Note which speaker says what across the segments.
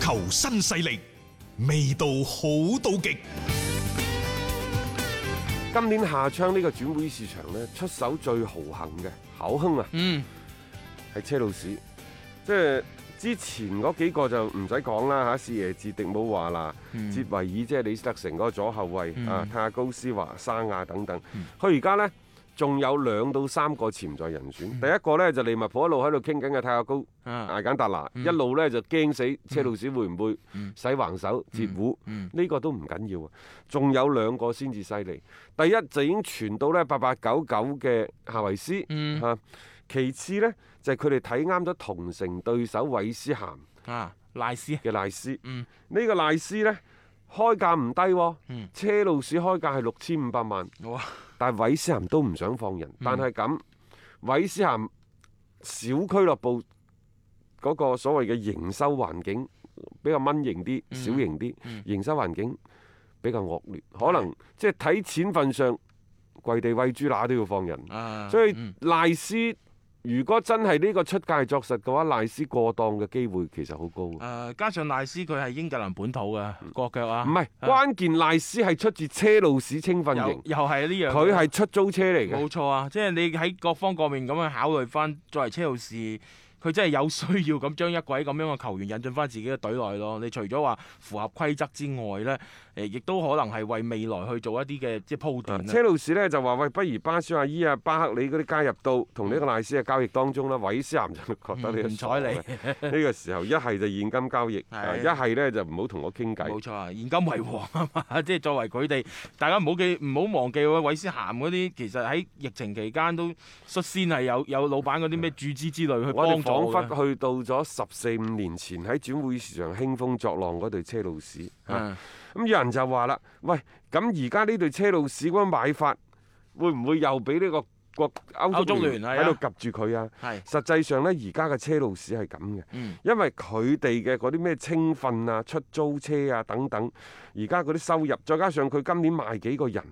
Speaker 1: 球新勢力，味道好到極。
Speaker 2: 今年夏窗呢個轉會市場呢，出手最豪行嘅考亨啊，
Speaker 3: 嗯，
Speaker 2: 係車路士。即係之前嗰幾個就唔使講啦嚇，史耶治、迪姆華拿、
Speaker 3: 嗯
Speaker 2: 哲維爾，即係李斯特城嗰個左後衞、啊，泰亞高斯華、沙亞等等。
Speaker 3: 嗯
Speaker 2: 佢而家呢，仲有兩到三個潛在人選。第一個呢，就利物浦一路喺度傾緊嘅泰亞高、
Speaker 3: 嗯啊嗯
Speaker 2: 艾簡達拿，一路呢就驚死車路士會唔會使橫手截胡？呢個都唔緊要啊，仲有兩個先至犀利。第一就已經傳到呢八八九九嘅夏維斯嚇、
Speaker 3: 嗯
Speaker 2: 啊其次呢，就係佢哋睇啱咗同城對手韋斯咸
Speaker 3: 啊，賴斯，
Speaker 2: 嘅賴斯。呢、
Speaker 3: 嗯
Speaker 2: 個賴斯呢，開價唔低喎、
Speaker 3: 嗯
Speaker 2: 車路士開價係六千五百萬，
Speaker 3: 哇，
Speaker 2: 但係韋斯咸都唔想放人。
Speaker 3: 嗯
Speaker 2: 但係咁，韋斯咸小俱樂部嗰個所謂嘅營收環境比較蚊型啲、
Speaker 3: 嗯
Speaker 2: 小型啲，營收環境比較惡劣，可能即係睇錢份上，跪地喂豬乸都要放人。
Speaker 3: 啊，
Speaker 2: 所以
Speaker 3: 嗯
Speaker 2: 賴斯如果真係呢個出界作實嘅話，賴斯過檔嘅機會其實好高。唔
Speaker 3: 誒，呃加上賴斯佢係英格蘭本土嘅國腳啊，
Speaker 2: 嗯係
Speaker 3: 啊
Speaker 2: 關鍵，賴斯係出自車路士青訓
Speaker 3: 又
Speaker 2: 營，
Speaker 3: 又係呢樣，
Speaker 2: 佢係出租車嚟嘅。
Speaker 3: 冇錯啊，即係你喺各方各面咁樣考慮翻，作為車路士，佢真係有需要咁將一位咁樣嘅球員引進翻自己嘅隊內咯。你除咗話符合規則之外呢，誒亦都可能係為未來去做一啲嘅即係鋪
Speaker 2: 啊
Speaker 3: 墊
Speaker 2: 車
Speaker 3: 啦。
Speaker 2: 路士呢就話喂，不如巴舒亞伊啊、巴克里嗰啲加入到同呢個賴斯嘅交易當中啦。韋斯咸就覺得呢個
Speaker 3: 嗯唔
Speaker 2: 傻
Speaker 3: 睬
Speaker 2: 嘅
Speaker 3: 你，
Speaker 2: 呢個時候一係就現金交易，
Speaker 3: 係
Speaker 2: 啊一係呢就唔好同我傾偈
Speaker 3: 冇。錯啊！現金為王啊嘛， 即係作為佢哋，大家唔好記唔好忘記喎。韋斯咸嗰啲其實喺疫情期間都率先係有有老闆嗰啲咩注資之類去
Speaker 2: 啊我哋
Speaker 3: 幫助啊
Speaker 2: 彷
Speaker 3: 嘅
Speaker 2: 彿去到咗十四五年前喺轉會市場興風作浪嗰隊車路士。啊
Speaker 3: 嗯
Speaker 2: 咁有人就話啦，喂，咁而家呢隊車路士嗰個買法，會唔會又俾呢個國歐
Speaker 3: 歐
Speaker 2: 足
Speaker 3: 足
Speaker 2: 聯
Speaker 3: 聯係啊
Speaker 2: 喺度及住佢啊？
Speaker 3: 係
Speaker 2: 實際上呢，而家嘅車路士係咁嘅，
Speaker 3: 嗯
Speaker 2: 因為佢哋嘅嗰啲咩青訓啊、出租車啊等等，而家嗰啲收入，再加上佢今年賣幾個人。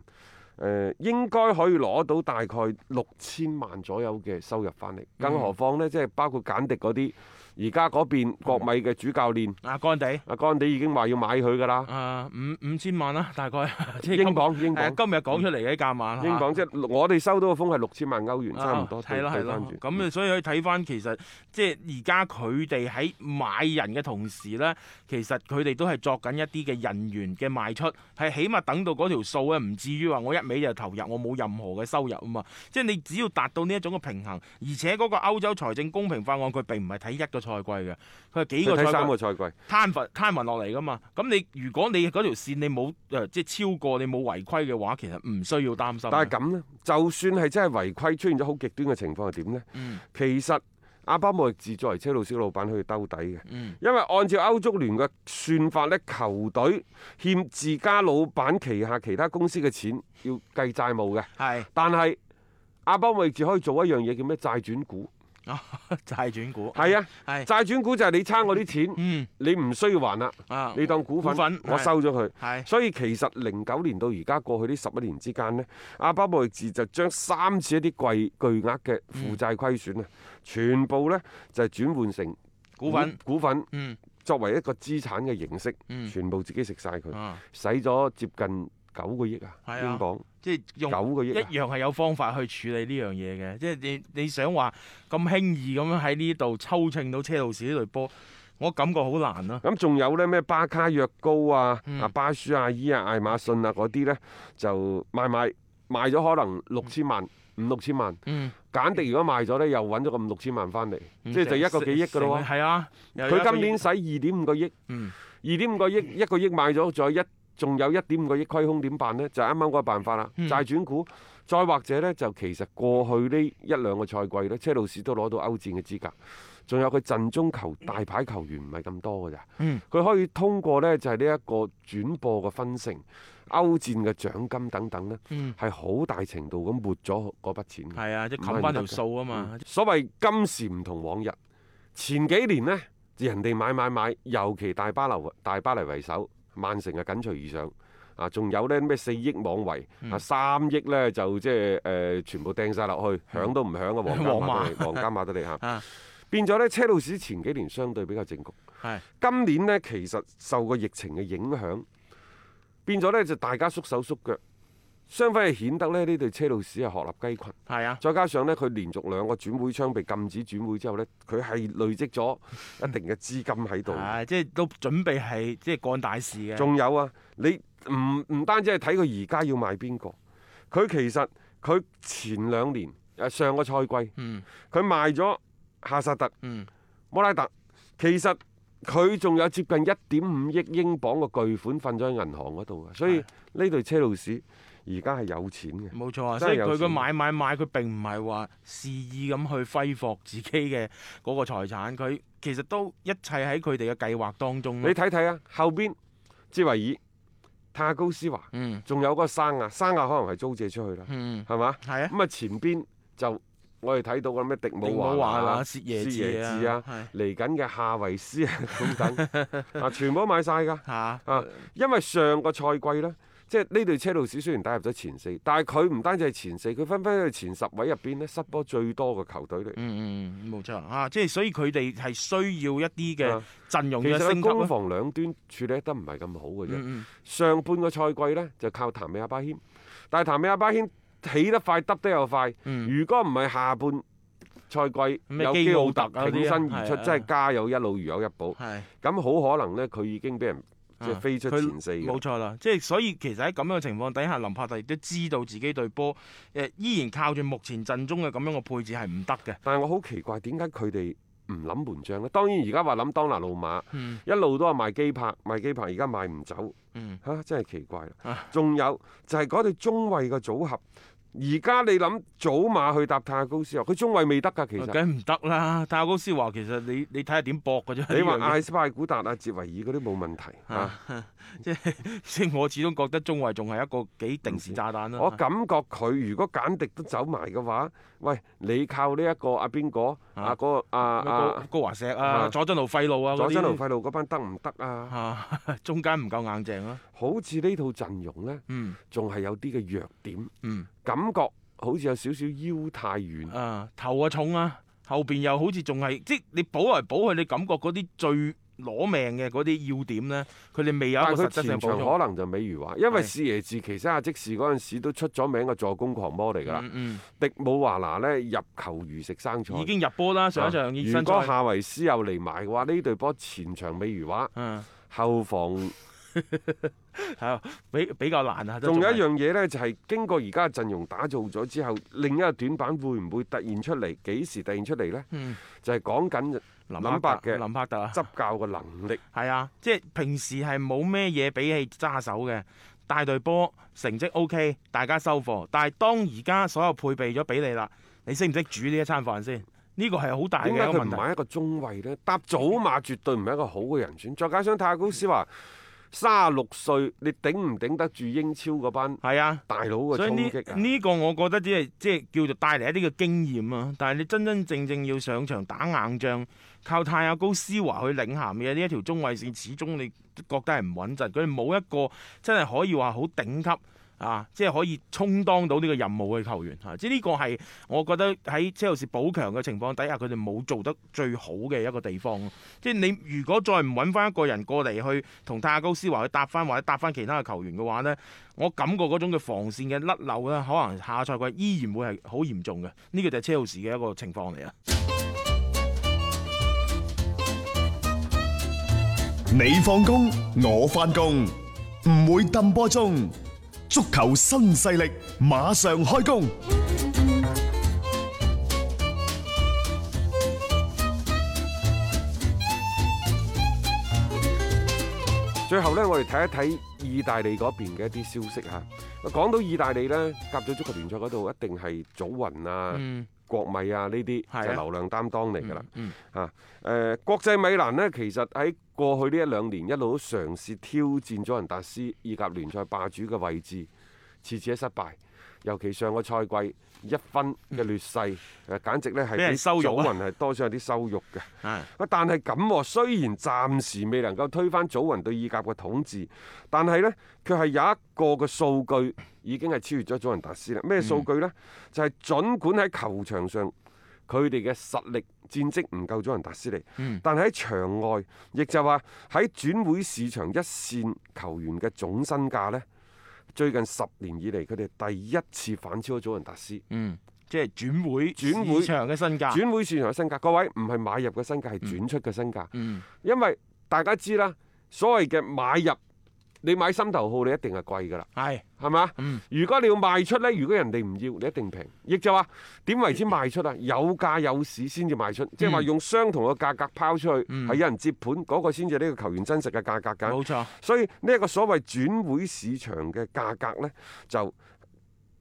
Speaker 2: 誒、應該可以攞到大概六千萬左右嘅收入翻嚟，更
Speaker 3: 嗯
Speaker 2: 何況呢，即係包括簡迪嗰啲，而家嗰邊國米嘅主教練
Speaker 3: 啊，干地。
Speaker 2: 阿甘地已經話要買佢㗎啦。
Speaker 3: 啊，五五千萬啦，大概即係
Speaker 2: 英
Speaker 3: 今
Speaker 2: 鎊英
Speaker 3: 係啊
Speaker 2: 鎊
Speaker 3: 今日講出嚟嘅價碼啦，
Speaker 2: 英鎊即係我哋收到嘅風係六千萬歐元，
Speaker 3: 嗯啊
Speaker 2: 差唔多對
Speaker 3: 係啦係
Speaker 2: 對
Speaker 3: 啦
Speaker 2: 翻住。，嗯
Speaker 3: 咁啊所以可以睇翻其實即係而家佢哋喺買人嘅同時咧，其實佢哋都係作緊一啲嘅人員嘅賣出，係起碼等到嗰條數咧，唔至於話我一味就投入，我冇任何嘅收入啊嘛。即係你只要達到呢一種嘅平衡，而且嗰個歐洲財政公平法案佢並唔係睇一個賽季嘅，佢係幾
Speaker 2: 佢
Speaker 3: 個賽
Speaker 2: 睇
Speaker 3: 季
Speaker 2: 三個賽季，
Speaker 3: 攤分攤運落嚟噶嘛。咁你如果你嗰條線你冇誒、呃即係超過你冇違規嘅話，其實唔需要擔心。啊
Speaker 2: 但係咁呢，就算係真係違規出現咗好極端嘅情況係點呢？
Speaker 3: 嗯
Speaker 2: 其實阿巴莫域治作為車路士嘅老闆，佢要兜底嘅，
Speaker 3: 嗯
Speaker 2: 因為按照歐足聯嘅算法呢，球隊欠自家老闆旗下其他公司嘅錢要計債務嘅，
Speaker 3: 係
Speaker 2: 但係阿巴莫域治可以做一樣嘢叫咩債轉股？
Speaker 3: 啊 債轉股
Speaker 2: 係啊，
Speaker 3: 哦係
Speaker 2: 債轉股就係你差我啲錢，
Speaker 3: 嗯
Speaker 2: 你唔需要還啦，
Speaker 3: 啊
Speaker 2: 你當股份
Speaker 3: 股份，
Speaker 2: 我收咗佢。
Speaker 3: 係
Speaker 2: 所以其實零九年到而家過去呢十一年之間呢，阿巴莫域治就將三次一啲貴巨額嘅負債虧損啊，全部呢就係轉換成
Speaker 3: 股份
Speaker 2: 股份
Speaker 3: 嗯
Speaker 2: 作為一個資產嘅形式，
Speaker 3: 嗯
Speaker 2: 全部自己食晒佢，
Speaker 3: 啊
Speaker 2: 使咗接近九個億啊，
Speaker 3: 係啊
Speaker 2: 英鎊
Speaker 3: 即係用。
Speaker 2: 九個
Speaker 3: 一
Speaker 2: 億啊。
Speaker 3: 樣係有方法去處理呢樣嘢嘅，即係你你想話咁輕易咁樣喺呢度抽稱到車路士呢隊波，我感覺好難咯、
Speaker 2: 咁仲有呢咩巴卡約高啊、
Speaker 3: 嗯
Speaker 2: 阿巴舒亞伊啊、艾馬遜啊嗰啲呢，就賣賣賣咗可能六千萬、五六千萬。
Speaker 3: 嗯，
Speaker 2: 簡迪如果賣咗呢，又揾咗個五六千萬翻嚟，即係就一個幾億㗎咯喎。
Speaker 3: 係啊，又一
Speaker 2: 佢
Speaker 3: 個
Speaker 2: 今年
Speaker 3: 億
Speaker 2: 使二點五個億，
Speaker 3: 嗯
Speaker 2: 二點五個億一個億買咗，仲有一仲有一點五個億虧空，點辦呢？就係啱啱嗰個辦法啦，
Speaker 3: 嗯
Speaker 2: 債轉股。再或者呢，就其實過去呢一兩個賽季呢，車路士都攞到歐戰嘅資格。仲有佢陣中球大牌球員唔係咁多㗎咋，
Speaker 3: 嗯
Speaker 2: 佢可以通過呢，就係呢一個轉播嘅分成、歐戰嘅獎金等等呢，
Speaker 3: 嗯，
Speaker 2: 係好大程度咁抹咗嗰筆錢嘅。
Speaker 3: 係啊，即係
Speaker 2: 唔係唔
Speaker 3: 冚翻
Speaker 2: 得
Speaker 3: 條
Speaker 2: 嘅
Speaker 3: 數啊嘛，
Speaker 2: 嗯所謂今時唔同往日，前幾年呢，人哋買買買，尤其大巴黎大巴黎為首，曼城啊緊隨而上。啊，仲有呢咩四億網圍，
Speaker 3: 嗯
Speaker 2: 啊三億呢就即係誒全部掟晒落去，
Speaker 3: 嗯
Speaker 2: 響 都唔響啊！皇家馬德里，皇家馬德里嚇，
Speaker 3: 啊
Speaker 2: 變咗呢，車路士前幾年相對比較正局，
Speaker 3: 係
Speaker 2: 今年呢，其實受個疫情嘅影響，變咗呢就大家縮手縮腳，相反係顯得呢呢隊車路士係鶴立雞群。
Speaker 3: 係啊，
Speaker 2: 再加上呢，佢連續兩個轉會窗被禁止轉會之後呢，佢係累積 咗一定嘅資金喺度。
Speaker 3: 係啊即係都準備係即係幹大事嘅。
Speaker 2: 仲有啊，你唔唔單止係睇佢而家要賣邊個，佢其實佢前兩年誒上個賽季
Speaker 3: 嗯
Speaker 2: 佢賣咗夏薩特、
Speaker 3: 嗯
Speaker 2: 摩拉特，其實佢仲有接近一點五億英鎊嘅巨款瞓咗喺銀行嗰度啊嘅，所以
Speaker 3: 係
Speaker 2: 呢隊車路士而家係有錢嘅。
Speaker 3: 冇錯啊，
Speaker 2: 真
Speaker 3: 所
Speaker 2: 係
Speaker 3: 以
Speaker 2: 有
Speaker 3: 佢個
Speaker 2: 錢
Speaker 3: 買買買，佢並唔係話肆意咁去揮霍自己嘅嗰個財產，佢其實都一切喺佢哋嘅計劃當中
Speaker 2: 你
Speaker 3: 咯。
Speaker 2: 睇睇啊，後邊哲維爾、塔高斯華，
Speaker 3: 嗯
Speaker 2: 仲有嗰個生亞，生啊亞可能係租借出去啦，
Speaker 3: 嗯，
Speaker 2: 係嘛？
Speaker 3: 係啊，
Speaker 2: 咁啊前邊就我哋睇到嘅咩迪
Speaker 3: 你
Speaker 2: 姆華
Speaker 3: 冇話
Speaker 2: 啊
Speaker 3: 啦，薛
Speaker 2: 薛
Speaker 3: 爺子
Speaker 2: 爺子啊
Speaker 3: 啊，係
Speaker 2: 嚟緊嘅夏維斯啊等 等啊，全部都買晒㗎。
Speaker 3: 嚇，
Speaker 2: 啊，因為上個賽季呢，即係呢隊車路士雖然打入咗前四，但係佢唔單止係前四，佢分分喺前十位入邊呢，失波最多嘅球隊嚟。
Speaker 3: 嗯嗯嗯，冇錯啊，即係所以佢哋係需要一啲嘅
Speaker 2: 啊
Speaker 3: 陣容
Speaker 2: 其
Speaker 3: 嘅
Speaker 2: 實
Speaker 3: 升
Speaker 2: 佢
Speaker 3: 級
Speaker 2: 攻
Speaker 3: 咯。
Speaker 2: 防兩端處理得唔係咁好嘅啫。
Speaker 3: 嗯嗯
Speaker 2: 上半個賽季呢，就靠譚美亞巴軒，但係譚美亞巴軒起得快，耷得又快。
Speaker 3: 嗯，
Speaker 2: 如果唔係下半賽季
Speaker 3: 咩
Speaker 2: 有
Speaker 3: 基
Speaker 2: 基奧
Speaker 3: 奧特
Speaker 2: 特
Speaker 3: 啊嗰啲
Speaker 2: 挺
Speaker 3: 啊
Speaker 2: 身而出，
Speaker 3: 係啊
Speaker 2: 真係家有一老如有一寶。
Speaker 3: 係。
Speaker 2: 咁好可能呢，佢已經俾人即係
Speaker 3: 啊
Speaker 2: 飛出
Speaker 3: 佢
Speaker 2: 前四㗎啦
Speaker 3: 冇錯啦，即係所以其實喺咁樣嘅情況底下，林柏特亦都知道自己對波誒、依然靠住目前陣中嘅咁樣嘅配置係唔得嘅。
Speaker 2: 但係我好奇怪，點解佢哋唔諗門將呢？當然而家話諗當拿路馬，
Speaker 3: 嗯
Speaker 2: 一路都話賣基柏，賣基柏而家賣唔走，
Speaker 3: 嗯，
Speaker 2: 嚇、真係奇怪啦
Speaker 3: 啊。
Speaker 2: 仲有就係嗰對中衞嘅組合，而家你諗祖馬去搭泰高斯啊，佢中衞未得㗎，其實。
Speaker 3: 啊梗唔得啦。泰高斯話其實你你睇下點搏嘅啫。
Speaker 2: 你話
Speaker 3: 呢樣嘢
Speaker 2: 艾斯派古達啊、哲維爾嗰啲冇問題嚇、啊
Speaker 3: 啊， 即係即係我始終覺得中衞仲係一個幾定時炸彈啊啦。
Speaker 2: 我感覺佢如果簡迪都走埋嘅話，喂，你靠呢、一個阿邊個啊
Speaker 3: 啊
Speaker 2: 嗰個啊
Speaker 3: 高
Speaker 2: 啊
Speaker 3: 高華石啊，
Speaker 2: 啊
Speaker 3: 佐真奴費路啊嗰啲，
Speaker 2: 佐真奴費路嗰班得唔得啊？
Speaker 3: 啊， 中間唔夠硬淨啦。
Speaker 2: 好似呢套陣容呢，
Speaker 3: 嗯
Speaker 2: 仲係有啲嘅弱點。
Speaker 3: 嗯，
Speaker 2: 感覺好似有少少腰太軟。
Speaker 3: 啊頭啊重啊，後邊又好似仲係即係你補嚟補去，你感覺嗰啲最攞命嘅嗰啲要點咧，佢哋未有
Speaker 2: 但
Speaker 3: 一個
Speaker 2: 佢
Speaker 3: 實質
Speaker 2: 前
Speaker 3: 性補
Speaker 2: 場
Speaker 3: 充。
Speaker 2: 可能就美如話，因為
Speaker 3: 係
Speaker 2: 士耶治其實阿即士嗰陣時都出咗名嘅助攻狂魔嚟㗎啦。
Speaker 3: 嗯嗯，
Speaker 2: 迪姆華拿呢，入球如食生菜。
Speaker 3: 已經入波啦，上一
Speaker 2: 啊
Speaker 3: 場熱
Speaker 2: 如
Speaker 3: 身
Speaker 2: 果
Speaker 3: 賽。
Speaker 2: 夏維斯又嚟埋嘅話，呢隊波前場美如話，
Speaker 3: 嗯，
Speaker 2: 後防
Speaker 3: 係啊，比比較難啊。都
Speaker 2: 仲有一
Speaker 3: 係
Speaker 2: 樣嘢呢，就係、經過而家嘅陣容打造咗之後，另一個短板會唔會突然出嚟？幾時突然出嚟呢？
Speaker 3: 嗯
Speaker 2: 就係、講緊
Speaker 3: 林
Speaker 2: 林
Speaker 3: 柏
Speaker 2: 柏
Speaker 3: 特
Speaker 2: 嘅
Speaker 3: 林柏特啊，
Speaker 2: 執教嘅能力。
Speaker 3: 係啊，即係平時係冇咩嘢俾佢揸手嘅，帶隊波成績 OK，大家收貨。但係當而家所有配備咗俾你啦，你識唔識煮呢一餐飯先？呢個係好大嘅
Speaker 2: 點
Speaker 3: 一
Speaker 2: 解
Speaker 3: 個
Speaker 2: 佢唔
Speaker 3: 問題。
Speaker 2: 買一個中衞呢？搭祖馬絕對唔係一個好嘅人選，再加上泰高斯話三十六歲，你頂唔頂得住英超嗰班
Speaker 3: 係啊，
Speaker 2: 大佬嘅
Speaker 3: 所以
Speaker 2: 衝
Speaker 3: 呢
Speaker 2: 擊啊？
Speaker 3: 呢個我覺得只係即係叫做帶嚟一啲嘅經驗啊。但係你真真正正要上場打硬仗，靠泰亞高斯華去領銜嘅呢一條中衞線，始終你覺得係唔穩陣。佢哋冇一個真係可以話好頂級。啊，即係可以充當到呢個任務嘅球員嚇、啊，即係呢個係我覺得喺車路士補強嘅情況底下，佢哋冇做得最好嘅一個地方咯。即係你如果再唔揾翻一個人過嚟去同泰亞高斯華去搭翻或者搭翻其他嘅球員嘅話呢，我感覺嗰種嘅防線嘅甩漏呢，可能下賽季依然會係好嚴重嘅。呢、個就係車路士嘅一個情況嚟啊！
Speaker 1: 你放工，我翻工，唔會抌波鐘。足球新勢力馬上開工。
Speaker 2: 最後呢，我哋睇一睇意大利嗰邊嘅一啲消息嚇。講到意大利呢，甲組足球聯賽嗰度一定係祖雲啊、
Speaker 3: 嗯，
Speaker 2: 國米啊呢
Speaker 3: 係啊
Speaker 2: 啲就流量擔當嚟㗎啦。啊
Speaker 3: 嗯，
Speaker 2: 誒、國際米蘭呢，其實喺過去呢一兩年一路都嘗試挑戰咗人達斯意甲聯賽霸主嘅位置，次次都失敗。尤其上個賽季一分嘅劣勢，誒、簡直呢係
Speaker 3: 俾人
Speaker 2: 比
Speaker 3: 羞辱啊
Speaker 2: 祖雲係多少有啲羞辱嘅。
Speaker 3: 係
Speaker 2: 啊但係咁喎，雖然暫時未能夠推翻祖雲對意甲嘅統治，但係呢，佢係有一個嘅數據已經係超越咗祖雲達斯啦。咩數據呢？就係、儘管喺球場上佢哋嘅實力戰績唔夠咗人達斯利，
Speaker 3: 嗯
Speaker 2: 但係喺場外，亦就話喺轉會市場一線球員嘅總身價呢，最近十年以嚟，佢哋第一次反超咗祖雲達斯。
Speaker 3: 嗯，即係轉會
Speaker 2: 轉會
Speaker 3: 市場嘅身價，
Speaker 2: 轉會市場嘅身價，各位唔係買入嘅身價，係轉出嘅身價。
Speaker 3: 嗯
Speaker 2: 因為大家知啦，所謂嘅買入，你買心頭號，你一定係貴㗎啦，
Speaker 3: 係
Speaker 2: 係嘛？
Speaker 3: 嗯
Speaker 2: 如果你要賣出呢，如果人哋唔要，你一定平。亦就話點為之賣出啊？有價有市先至賣出，即係話用相同嘅價格拋出去，係、
Speaker 3: 嗯
Speaker 2: 有人接盤嗰、個先至係呢個球員真實嘅價格㗎。
Speaker 3: 冇錯，
Speaker 2: 所以呢一個所謂轉會市場嘅價格呢，就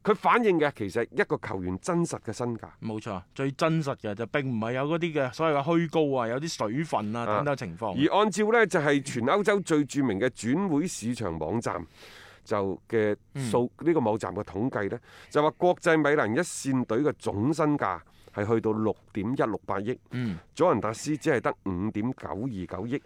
Speaker 2: 佢反映嘅其實一個球員真實嘅身價。
Speaker 3: 冇錯，最真實嘅就並唔係有嗰啲嘅所謂嘅虛高啊，有啲水分啊
Speaker 2: 啊
Speaker 3: 等等情況。
Speaker 2: 而按照呢，就係、全歐洲最著名嘅轉會市場網站就嘅
Speaker 3: 嗯
Speaker 2: 數呢、個網站嘅統計呢，就話國際米蘭一線隊嘅總身價係去到六點一六八億，
Speaker 3: 嗯，
Speaker 2: 祖雲達斯只係得五點九二九 億，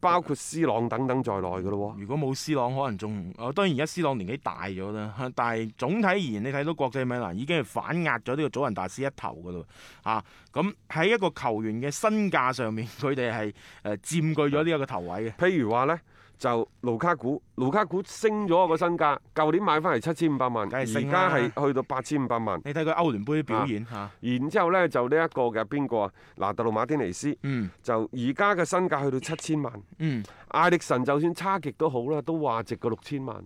Speaker 2: 包括斯朗等等在內嘅咯喎。
Speaker 3: 如果冇斯朗，可能仲哦，當然而家斯朗年紀大咗啦， 但係總體而言，你睇到國際米蘭已經係反壓咗呢個祖雲達斯一頭噶啦，啊，咁喺一個球員嘅身價上面，佢哋係誒佔據咗呢一個頭位嘅，
Speaker 2: 譬如話呢，就盧卡古，盧卡古升咗個身價，舊年買翻嚟七千五百萬，
Speaker 3: 梗
Speaker 2: 而
Speaker 3: 係
Speaker 2: 家
Speaker 3: 升啦
Speaker 2: 係去到八千五百萬，
Speaker 3: 你睇佢歐聯杯表現嚇、啊
Speaker 2: 然之後呢，就呢一個嘅邊個啊？拿特魯馬天尼斯。
Speaker 3: 嗯
Speaker 2: 就而家嘅身價去到七千萬，
Speaker 3: 嗯，
Speaker 2: 艾力神就算差極都好啦，都話值個六千 萬。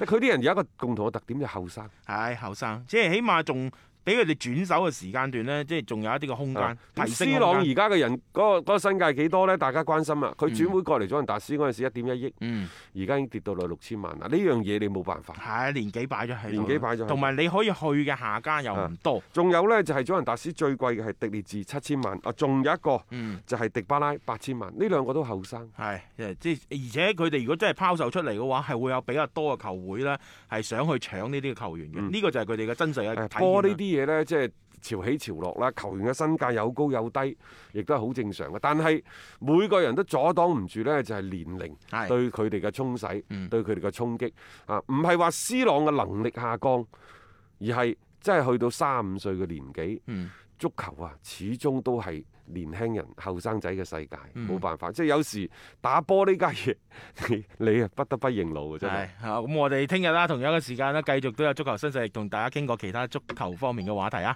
Speaker 2: 佢啲人有一個共同嘅特點就係後生，
Speaker 3: 係後生，即係起碼仲俾佢哋轉手嘅時間段呢，即係仲有一啲嘅空間、
Speaker 2: 啊
Speaker 3: 提
Speaker 2: 斯
Speaker 3: 升
Speaker 2: 朗
Speaker 3: 空間。
Speaker 2: 而家嘅人嗰、個嗰個身價係幾多呢？大家關心啦。佢轉會過嚟祖雲達斯嗰陣時一點一億，
Speaker 3: 嗯，
Speaker 2: 而家已經跌到落六千萬啦。呢樣嘢你冇辦法。
Speaker 3: 係年紀擺咗喺度，
Speaker 2: 年紀擺咗喺度啊
Speaker 3: 同埋你可以去嘅下家又唔多。
Speaker 2: 仲有呢，就係祖雲達斯最貴嘅係迪列治七千萬，啊，仲有一個
Speaker 3: 嗯。
Speaker 2: 就係迪巴拉八千萬，呢兩個都後生。
Speaker 3: 係，即係而且佢哋如果真係拋售出嚟嘅話，係會有比較多嘅球會咧，係想去搶呢啲嘅球員嘅。呢、
Speaker 2: 嗯
Speaker 3: 個就係佢哋嘅真實嘅
Speaker 2: 誒
Speaker 3: 體
Speaker 2: 波呢
Speaker 3: 驗啊
Speaker 2: 啲
Speaker 3: 啦
Speaker 2: 嘢呢，即係潮起潮落啦，球員嘅身價有高有低，亦都係好正常嘅。但係每個人都阻擋唔住呢，就係年齡
Speaker 3: 係
Speaker 2: 對佢哋嘅沖洗，
Speaker 3: 嗯
Speaker 2: 對佢哋嘅衝擊啊，唔係話 C 朗嘅能力下降，而係真係去到三十五歲嘅年紀，
Speaker 3: 嗯
Speaker 2: 足球啊，始終都係年輕人後生仔嘅世界，
Speaker 3: 嗯
Speaker 2: 冇、辦法。即係有時打波呢家嘢，你你啊不得不認老嘅真係
Speaker 3: 係。好咁我哋聽日啦，同樣嘅時間啦，繼續都有足球新勢力同大家傾過其他足球方面嘅話題啊。